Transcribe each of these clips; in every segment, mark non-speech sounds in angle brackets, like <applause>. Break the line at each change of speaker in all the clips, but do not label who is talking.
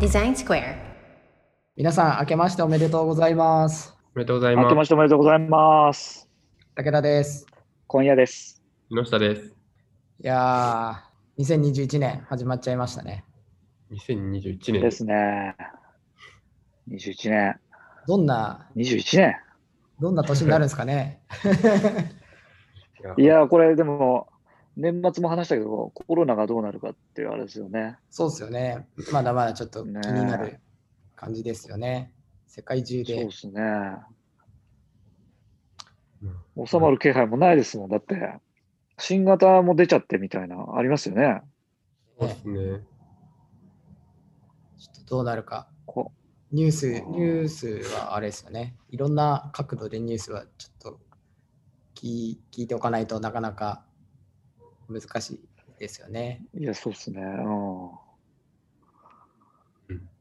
デザインスクエア。
皆さん、明けましておめでとうございます。
おめでとうござい
明
ま
け
す。
ましておめでとうございます。
武田です。
今夜です。
木下です。
いやー、2021年始まっちゃいましたね。
2021年
ですね。21年。
どんな、
21年。
どんな年になるんですか
<laughs>
ね。
いやー、これでも、年末も話したけど、コロナがどうなるかっていうあれですよね。
そうですよね。まだまだちょっと気になる感じですよね。世界中
そう
で
で。すね。収まる気配もないですもん。だって、新型も出ちゃってみたいな、ありますよね。
そうですね。
ちょっとどうなるか。
こ
ニュース、ニュースはあれですよね。いろんな角度でニュースはちょっと聞聞いておかないとなかなか難しいですよね。
いや、そうですね。うん。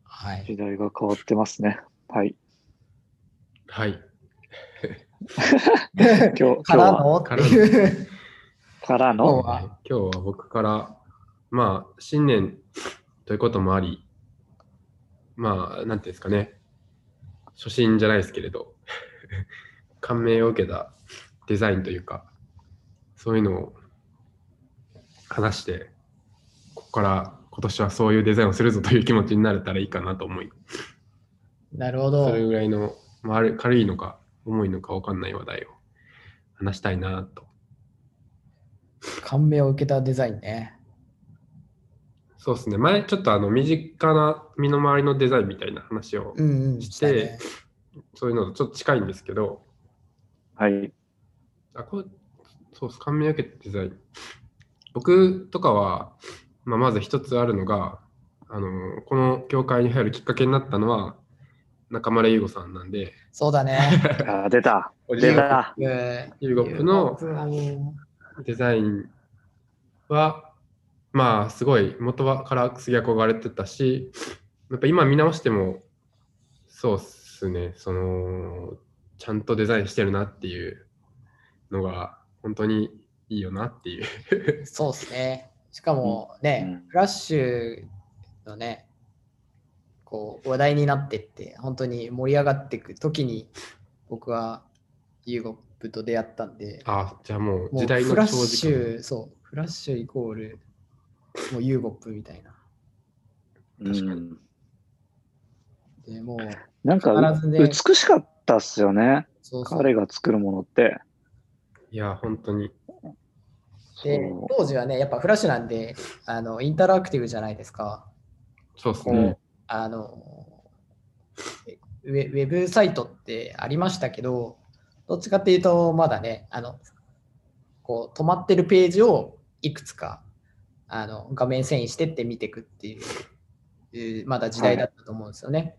はい。
<laughs>
<laughs>
時代が変わってますね。はい。
はい。
今日、今日
から
は、
のっていう。
から
今
の
日、は
今日は僕から、まあ、新年ということもあり、まあ、なんていうんですかね、初心じゃないですけれど、 <laughs> 感銘を受けたデザインというか、そういうのを話して、ここから今年はそういうデザインをするぞという気持ちになれたらいいかなと思い、
<laughs> なるほど。
それぐらいの、まあ、ある軽いのか重いのか分かんない話題を話したいなと。
感銘を受けたデザインね。
そうですね。前ちょっとあの身近な身の回りのデザインみたいな話を、
うんうん。
して
したね
そういうのとちょっと近いんですけど、
はい。
あこうそうです感銘を受けたデザイン。僕とかは、まあ、まず一つあるのが、あのこの業界に入るきっかけになったのは中村優吾さんなんで、
そうだ
<laughs>
ね。
あー、出た。
お
出た。
えー
ユーゴップのデザインはまあすごい元はからすげえ憧れてたしやっぱ今見直してもそうっすねそのちゃんとデザインしてるなっていうのが本当にいいよなっていう
そうですね。しかもね、
うん
フラッシュのね、こう話題になってって、本当に盛り上がっていく時に、僕はユーゴップと出会ったんで、
あじゃあもう
もう
時代の
フラッ
長
シ
時間
ュ、そう、フラッシュイコール、もうユーゴップみたいな。
確かに
うん
でもう、
なんか、
必ずね
美しかったっすよね。
そうそう
彼が作るものって。
いや本当に
で
そ
当時はね、やっぱフラッシュなんで、あのインタラクティブじゃないですか。
そうっす
う
ね
ん
あのウェウェブサイトってありましたけど、どっちかっていうと、まだね、あのこう止まってるページをいくつかあの画面遷移してって見ていくっていうえー、まだ時代だったと思うんですよね。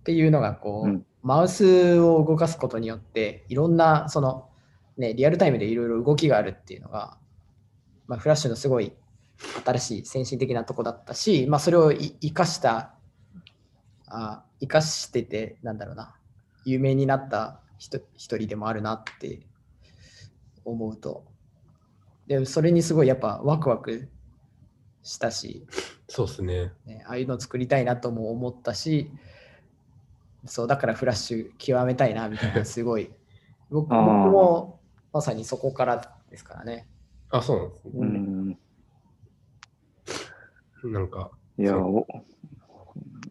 っていうのがこう、
うん
マウスを動かすことによって、いろんなその、ね、リアルタイムでいろいろ動きがあるっていうのが、まあ、フラッシュのすごい新しい先進的なとこだったし、まあ、それを生かしたあ生かしててなんだろうな有名になった人一人でもあるなって思うとでそれにすごいやっぱワクワクしたし、
そうっすね
ね、ああいうの作りたいなとも思ったしそうだからフラッシュ極めたいなみたいなすごい僕僕
あー
もまさにそこからですからね。
あそうなんですね
ううん。
なんか
いや、
そう
お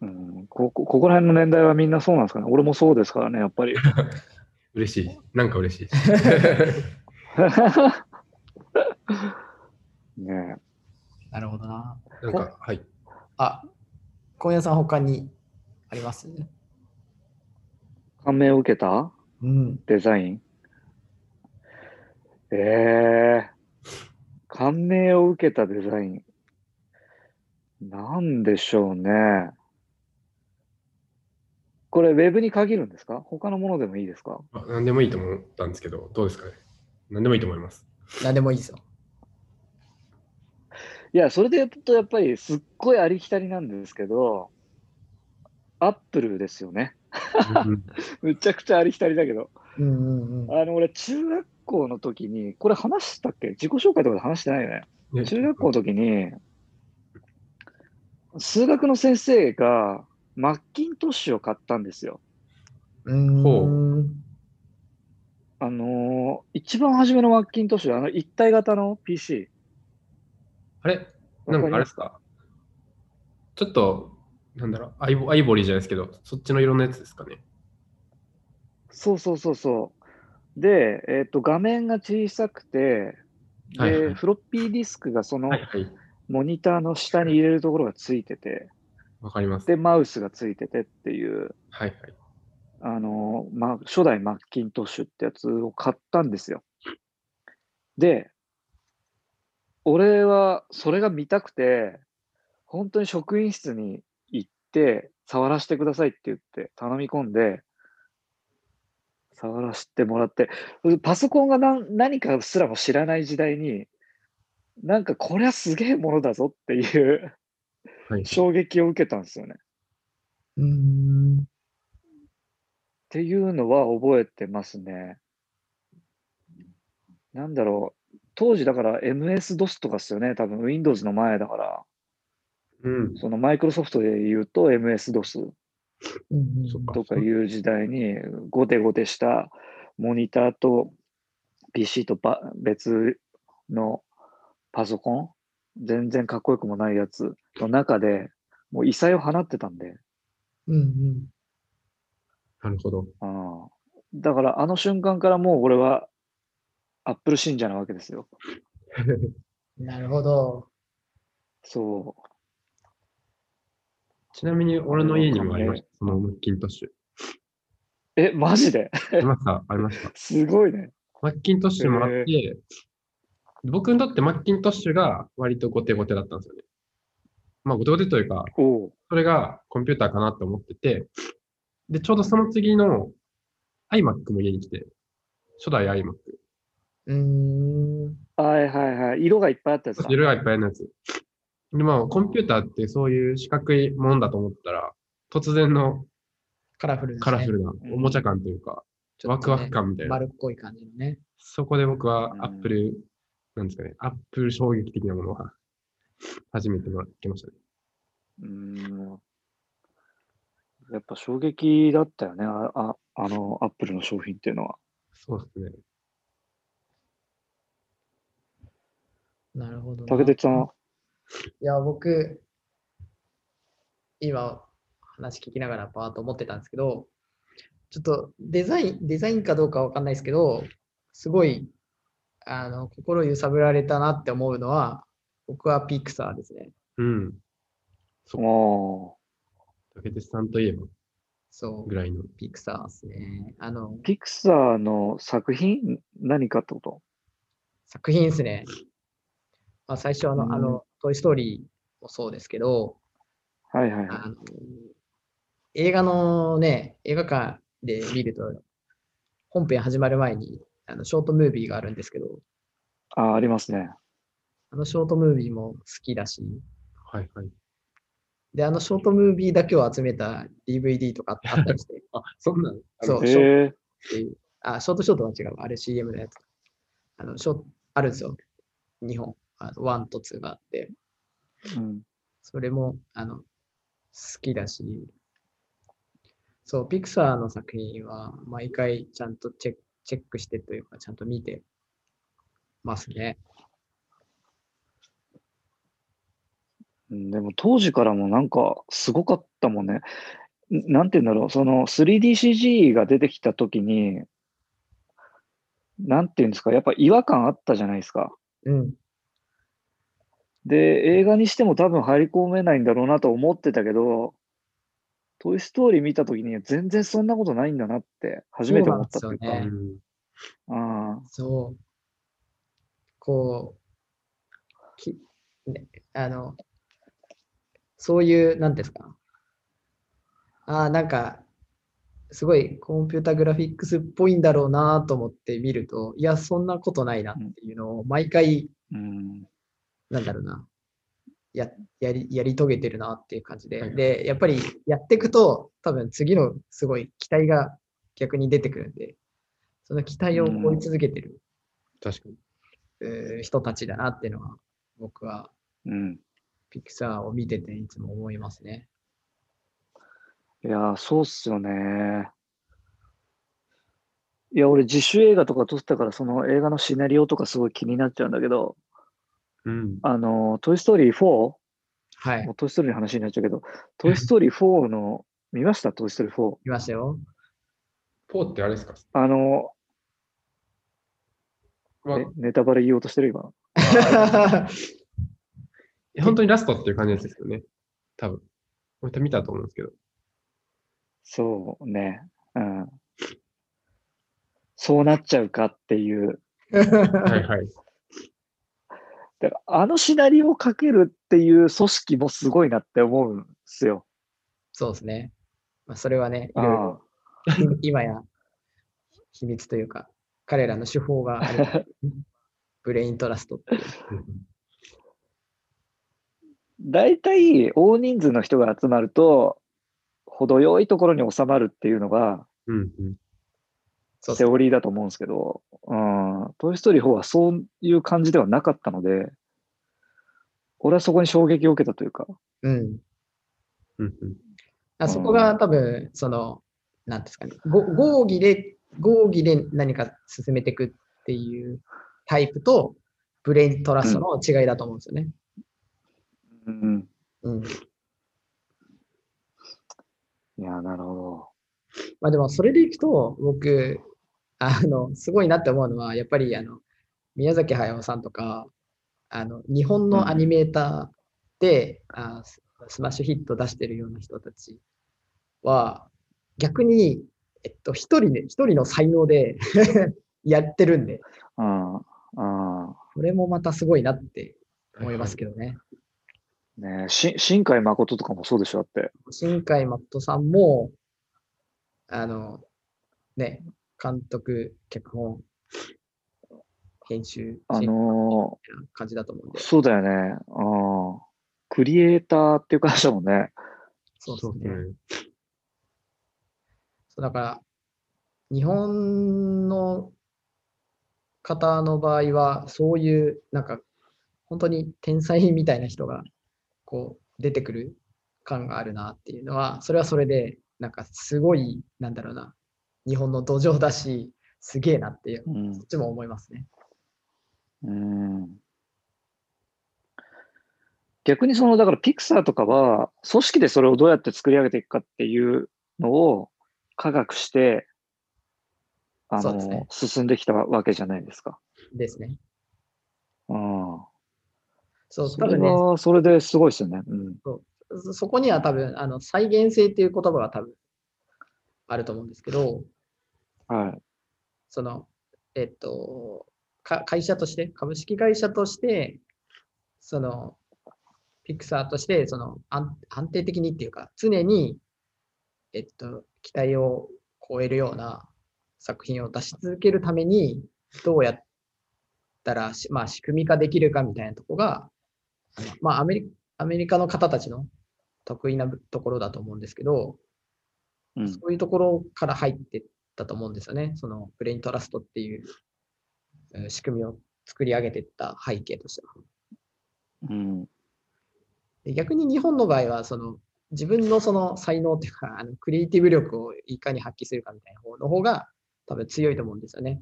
うん、ここここら辺の年代はみんなそうなんですかね。俺もそうですからね、やっぱ
<laughs>
り。
嬉しいなんか嬉しい <laughs> です
ね
なるほどな。
なんかはい
あ、今夜さん他にあります
え感銘を受けた
うん。
デザインええ感銘を受けたデザイン。なんでしょうね。これ、ウェブに限るんですか他のものでもいいですか
あ何でもいいと思ったんですけどどうですかね何でもいいと思い <laughs> ます
何でもいいですよ。
いや、それで言うと、やっぱりすっごいありきたりなんですけど、アップルですよね。
うん
むちゃくちゃありきたりだけど。
うんうんうん。
あの、俺、中学校の時に、これ話したっけ自己紹介とかで話してないよね。
ね
中学校の時に、数学の先生がマッキントッシュを買ったんですよ。
うーん
ほ
あのー一番初めのマッキントッシュ、あの一体型の PC。
あれな
わ
んかあ
かり
れ
ま
ですすかちょっと、なんだろうアイボ、アイボリーじゃないですけど、そっちの色のやつですかね。
そうそうそうそう。で、えっ、と、画面が小さくて、で、
はいはい
フロッピーディスクがその
はいはい。
モニターの下に入れるところがついてて、
わかります。
で、マウスがついててっていう、
はいはい。
あのー、ま、初代マッキントッシュってやつを買ったんですよ。で、俺はそれが見たくて、本当に職員室に行って、触らせてくださいって言って頼み込んで、触らせてもらって、パソコンが何何かすらも知らない時代に、なんかこれはすげえものだぞっていう
はい、
衝撃を受けたんですよね。
うーん。
っていうのは覚えてますね。なんだろう。当時だから MS-DOS とかですよね。多分 Windows の前だから。
うん。
そのマイクロソフトで言うと MS-DOS
うん
そっか
とかいう時代にゴテゴテしたモニターと PC とば別のパソコン全然かっこよくもないやつの中でもう異彩を放ってたんで。
うんうん。
なるほど。 <laughs>
うんだからあの瞬間からもう俺はアップル信者なわけですよ。
なるほど。
そ
ちなみに、俺の家にもありました。そのマッキントッシ
う。え、マジで <laughs>
ュ。ありました、ありま <laughs> した。
すごいね。
マッキントッシュもらって、僕にとってマッキントッシュが割と後手後手だったんですよね。まあ、後手後手というか、
おう。
それがコンピューターかなって思ってて、で、ちょうどその次の iMac も家に来て、初代 iMac。
うーん。
はいはいはい。色がいっぱいあったやつだ。
色がいっぱいあるやつ。で、まあ、コンピューターってそういう四角いもんだと思ったら、突然の
カラフルですね。
カラフルなおもちゃ感というか、
ちょ
ワ
っと
ク
ね
ワク感みたいな。
丸っこい感じのね。
そこで僕は
うん
Apple、なんですかね、Apple 衝撃的なものを <laughs> 初めてもらってきましたね。
うーん。やっぱ衝撃だったよね。あああの、アップルの商品っていうのは。
そうですね。
なるほどな。
武哲さんは。
いや、僕、今、話聞きながらパーッと思ってたんですけど、ちょっとデザイン、デザインかどうかわかんないですけど、すごい、あの、心揺さぶられたなって思うのは、僕はピクサーですね。
うん。
お
竹鉄さんといえば
そ
ぐらいの。
う、ピクサーですね。あの
ー、ピクサーの作品何かってこと
作品ですね。まあ、最初あの、
うん
あの、トイ・ストーリーもそうですけど、
はいはいはい。
あの映画のね、映画館で見ると、本編始まる前にあのショートムービーがあるんですけど、
あ、ありますね。
あのショートムービーも好きだし、
はいはい。
で、あのショートムービーだけを集めた DVD とかあったりして、
あ、そんなん
そう
へ
ショ
え。
あ、ショートショートは違う、あれ CM のやつ。あのショートあるんですよ、2本。あの1と2があって、
うん。
それもあの好きだし、そう、ピクサーの作品は毎回ちゃんとチェックチェックしてというか、ちゃんと見てますね。
うんでも当時からもなんかすごかったもんね。んなんて言うんだろう、その 3DCG が出てきた時に、なんて言うんですか、やっぱ違和感あったじゃないですか。
うん。
で、映画にしても多分入り込めないんだろうなと思ってたけど、トイ・ストーリー見た時に全然そんなことないんだなって初めて思ったっていう
そうな
か
ん。
うん
うん
そう。こう、きね、あの、そういう、なんていうんですか。ああ、なんか、すごいコンピュータグラフィックスっぽいんだろうなと思って見ると、いや、そんなことないなっていうのを毎回、
うん。
なんだろうな、ややりやり遂げてるなっていう感じで、
はいはい
で、やっぱりやっていくと、多分次のすごい期待が逆に出てくるんで、その期待を追い続けてる
確かに。
うー人たちだなっていうのは、僕は
うん。
ピクサーを見てていつも思いますね。
いやー、そうっすよね。いや、俺、自主映画とか撮ってたから、その映画のシナリオとかすごい気になっちゃうんだけど、
うん。
あのー、トイ・ストーリー 4? も
はい。
うトイ・ストーリーの話になっちゃうけど、トイ・ストーリー4の、見ましたトイ・ストーリー4。
いましたよ。
ポーってあれですか
あの
わ
ー、えネタバレ言おうとしてる今。
え本当にラストっていう感じですよね。多分。また見たと思う
<laughs>
んですけど。
そうね。うん。そうなっちゃうかっていう。
<laughs>
はいはい。
だからあのシナリオをかけるっていう組織もすごいなって思うんですよ。
そうですね。まあ、それはね、い
あ
ろいろ今今や秘密というか、彼らの手法があ
<laughs>
るブレイントラストっていう。
大体、大人数の人が集まると、程よいところに収まるっていうのが、
うんうん。
そうっす
セオリーだと思うんですけど、うん、トイ・ストーリー4はそういう感じではなかったので、俺はそこに衝撃を受けたというか、
うん。
うんうん。
あそこが多分、その、なんていうんですかね、ご合議で、合議で何か進めていくっていうタイプと、ブレイントラストの違いだと思うんですよね。
うん、
うん。
いや、なるほど。
まあでも、それでいくと、僕、あの、すごいなって思うのは、やっぱり、あの、宮崎駿さんとか、あの、日本のアニメーターで、あススマッシュヒット出してるような人たちは、逆に、えっと、一人で、一人の才能で <laughs> やってるんで、
うん、うん。
これもまたすごいなって思いますけどね。
ねえし新海誠とかもそうでしょ、だって。
新海誠さんも、あの、ね、監督、脚本、編集、
あの
みたいな感じだと思うん
ー
で。
そうだよね。うん。クリエイターっていう感じだもんね。
そう
そ
そうう
です
ね。
ね。
そうだから、日本の方の場合は、そういう、なんか、本当に天才みたいな人が、こう、出てくる感があるなっていうのは、それはそれで、なんか、すごい、なんだろうな、日本の土壌だし、すげえなっていう、
うん
そっちも思いますね。
うん逆にその、だからピクサーとかは、組織でそれをどうやって作り上げていくかっていうのを科学して、あ
そう
の、
ですね
進んできたわけじゃないですか。
ですね。
うん。
そう、
そ
多
れ
分ね、
は、それですごいですよね。うん。
そそこには多分、あの、再現性っていう言葉が多分、あると思うんですけど、
はい。
その、えっと、か会社として、株式会社として、その、ピクサーとして、その安、安定的にっていうか、常に、えっと、期待を超えるような作品を出し続けるために、どうやったらし、まあ、仕組み化できるかみたいなとこが、あのまあ、アメリアメリカの方たちの得意なところだと思うんですけど、
うん。
そういうところから入ってったと思うんですよね。そのブレイントラストっていうえー仕組みを作り上げていった背景としては。
うん。
で逆に日本の場合は、その自分のその才能っていうか、あのクリエイティブ力をいかに発揮するかみたいな方の方が多分強いと思うんですよね。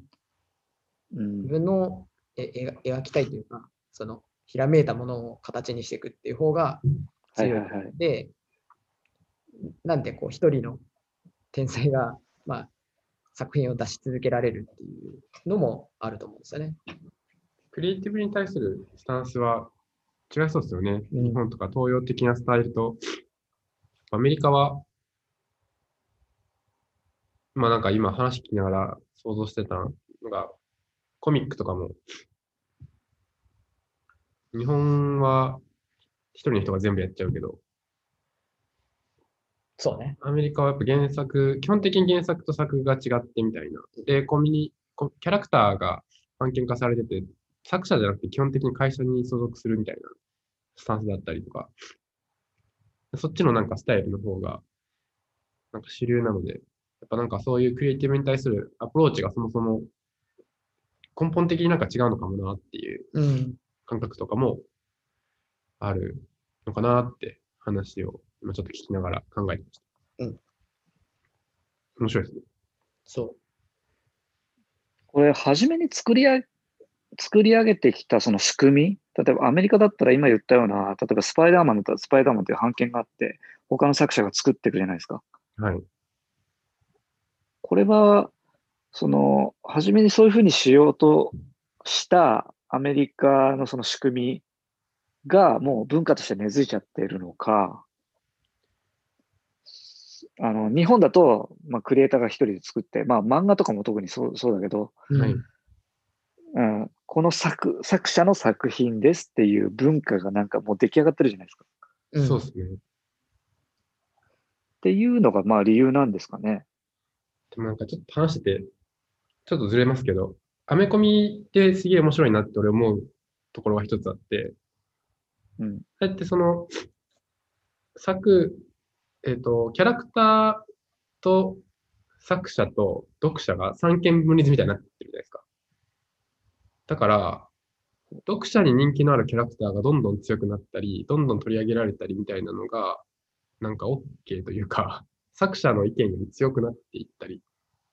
うん
自。分のえ描描きたいというか、そのひらめいたものを形にしていくっていう方が
はい
強
はいいはい。
で、なんでこう一人の天才が、まあ、作品を出し続けられるっていうのもあると思うんですよね。
クリエイティブに対するスタンスは違いそうですよね。
うん
日本とか東洋的なスタイルと、アメリカは、まあなんか今話聞きながら想像してたのが、コミックとかも、日本は一人の人が全部やっちゃうけど、
そうね。
アメリカはやっぱ原作、基本的に原作と作が違ってみたいな。で、コミュニ、こキャラクターが案件化されてて、作者じゃなくて基本的に会社に所属するみたいなスタンスだったりとか、そっちのなんかスタイルの方が、なんか主流なので、やっぱなんかそういうクリエイティブに対するアプローチがそもそも根本的になんか違うのかもなっていう
うん。
感覚とかもあるのかなって話を今ちょっと聞きながら考えてました。
うん。
面白いですね。
そ
これ、初めに作りあ作り上げてきたその仕組み、例えばアメリカだったら今言ったような、例えばスパイダーマンだったらスパイダーマンという版権があって、他の作者が作ってくれないですか。
はい。
これは、その、初めにそういうふうにしようとしたアメリカのその仕組みがもう文化として根付いちゃっているのか、あの、日本だと、まあ、クリエイターが一人で作って、まあ、漫画とかも特にそうそうだけど、
う。
はい
うん
うん、この作作者の作品ですっていう文化がなんかもう出来上がってるじゃないですか。っ
うん
そうですね。
ていうのがまあ理由なんですかね。
でもなんかちょっと話してて、ちょっとずれますけど、アメコミってすげえ面白いなって俺思うところが一つあって、
うん。
そうやってその、作、えっ、と、キャラクターと作者と読者が三権分立みたいになってるじゃないですか。だから、読者に人気のあるキャラクターがどんどん強くなったり、どんどん取り上げられたりみたいなのが、なんか OK というか、 <laughs> 作者の意見より強くなっていったり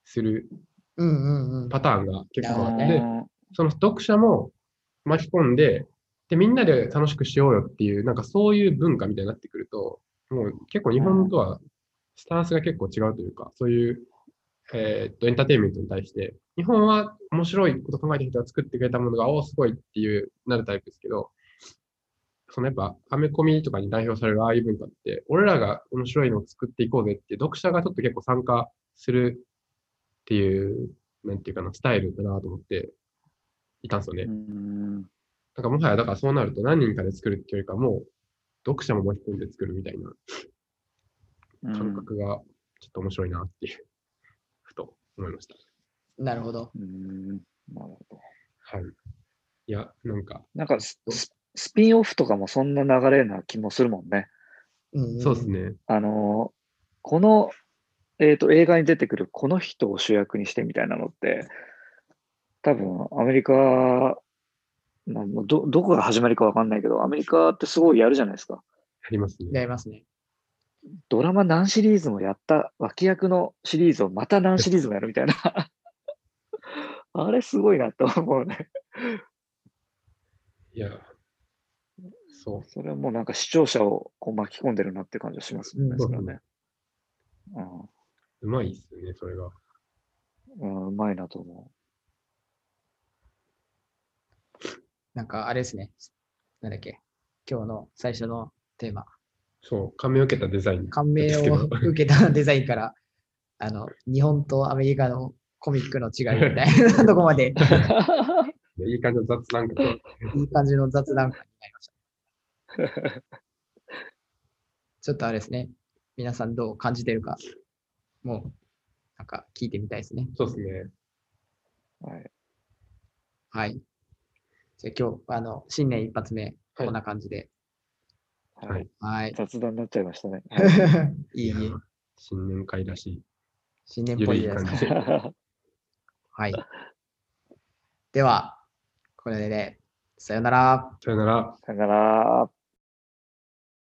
する
うんうんうん。
パターンが結構あっ
なる
て、その読者も巻き込んで、で、みんなで楽しくしようよっていう、なんかそういう文化みたいになってくると、もう結構日本とはスタンスが結構違うというか、そういう、えーっと、エンターテインメントに対して、日本は面白いこと考えて人が作ってくれたものが、おお、すごいっていう、なるタイプですけど、そのやっぱ、アメコミとかに代表されるああいう文化って、俺らが面白いのを作っていこうぜって、読者がちょっと結構参加するっていう、なんていうかな、スタイルだなと思っていたんですよね。
うん
なんかもはや、だからそうなると何人かで作るっていうよりかもう、読者も巻き込んで作るみたいな
うん
感覚がちょっと面白いなっていう、 <laughs> ふと思いました。
なるほど。
うんなるほど
はい。いや、なんか、
なんかスススピンオフとかもそんな流れな気もするもんね。
うんん
そうです。ね。
あのこの、えー、と映画に出てくるこの人を主役にしてみたいなのって多分アメリカ、まあ、もうどどこが始まりかわかんないけどアメリカってすごいやるじゃないですか。
あります
や
ね。
りますね。
ドラマ何シリーズもやった脇役のシリーズをまた何シリーズもやるみたいな。 <laughs> あれすごいなと思うね。
いや、そう。
それはもうなんか視聴者をこう巻き込んでるなって感じがしますね。
うん
そ
そう
れ
で
は
すね。
ねうん
うまいっすよね、それが。
うん、うまいなと思
なんかあれですね。なんだっけ。今日の最初のテーマ。
そう、感銘を受けたデザイン。
感銘を受けたデザイン
<laughs>
から、あの、日本とアメリカのコミックの違いみたいなとこま
<laughs>
で、
<laughs> う。
いい感じの雑談が。
いい感じの雑談会になりました。ちょっとあれですね。皆さんどう感じてるか、もう、なんか聞いてみたいですね。
そうですね。
はい、
はい。じゃあ今日、あの、新年一発目、
はい
こんな感じで。
は
はいい。 <laughs>
はい。
雑談になっちゃいました <laughs> ね。
いいいい、
新年会らしい。
新年っ
ゆ
ぽ
る
い
い
じゃない
感
<laughs>
ですか。
じで。
はい。では、これで、さよなら。
さよなら。
さよなら。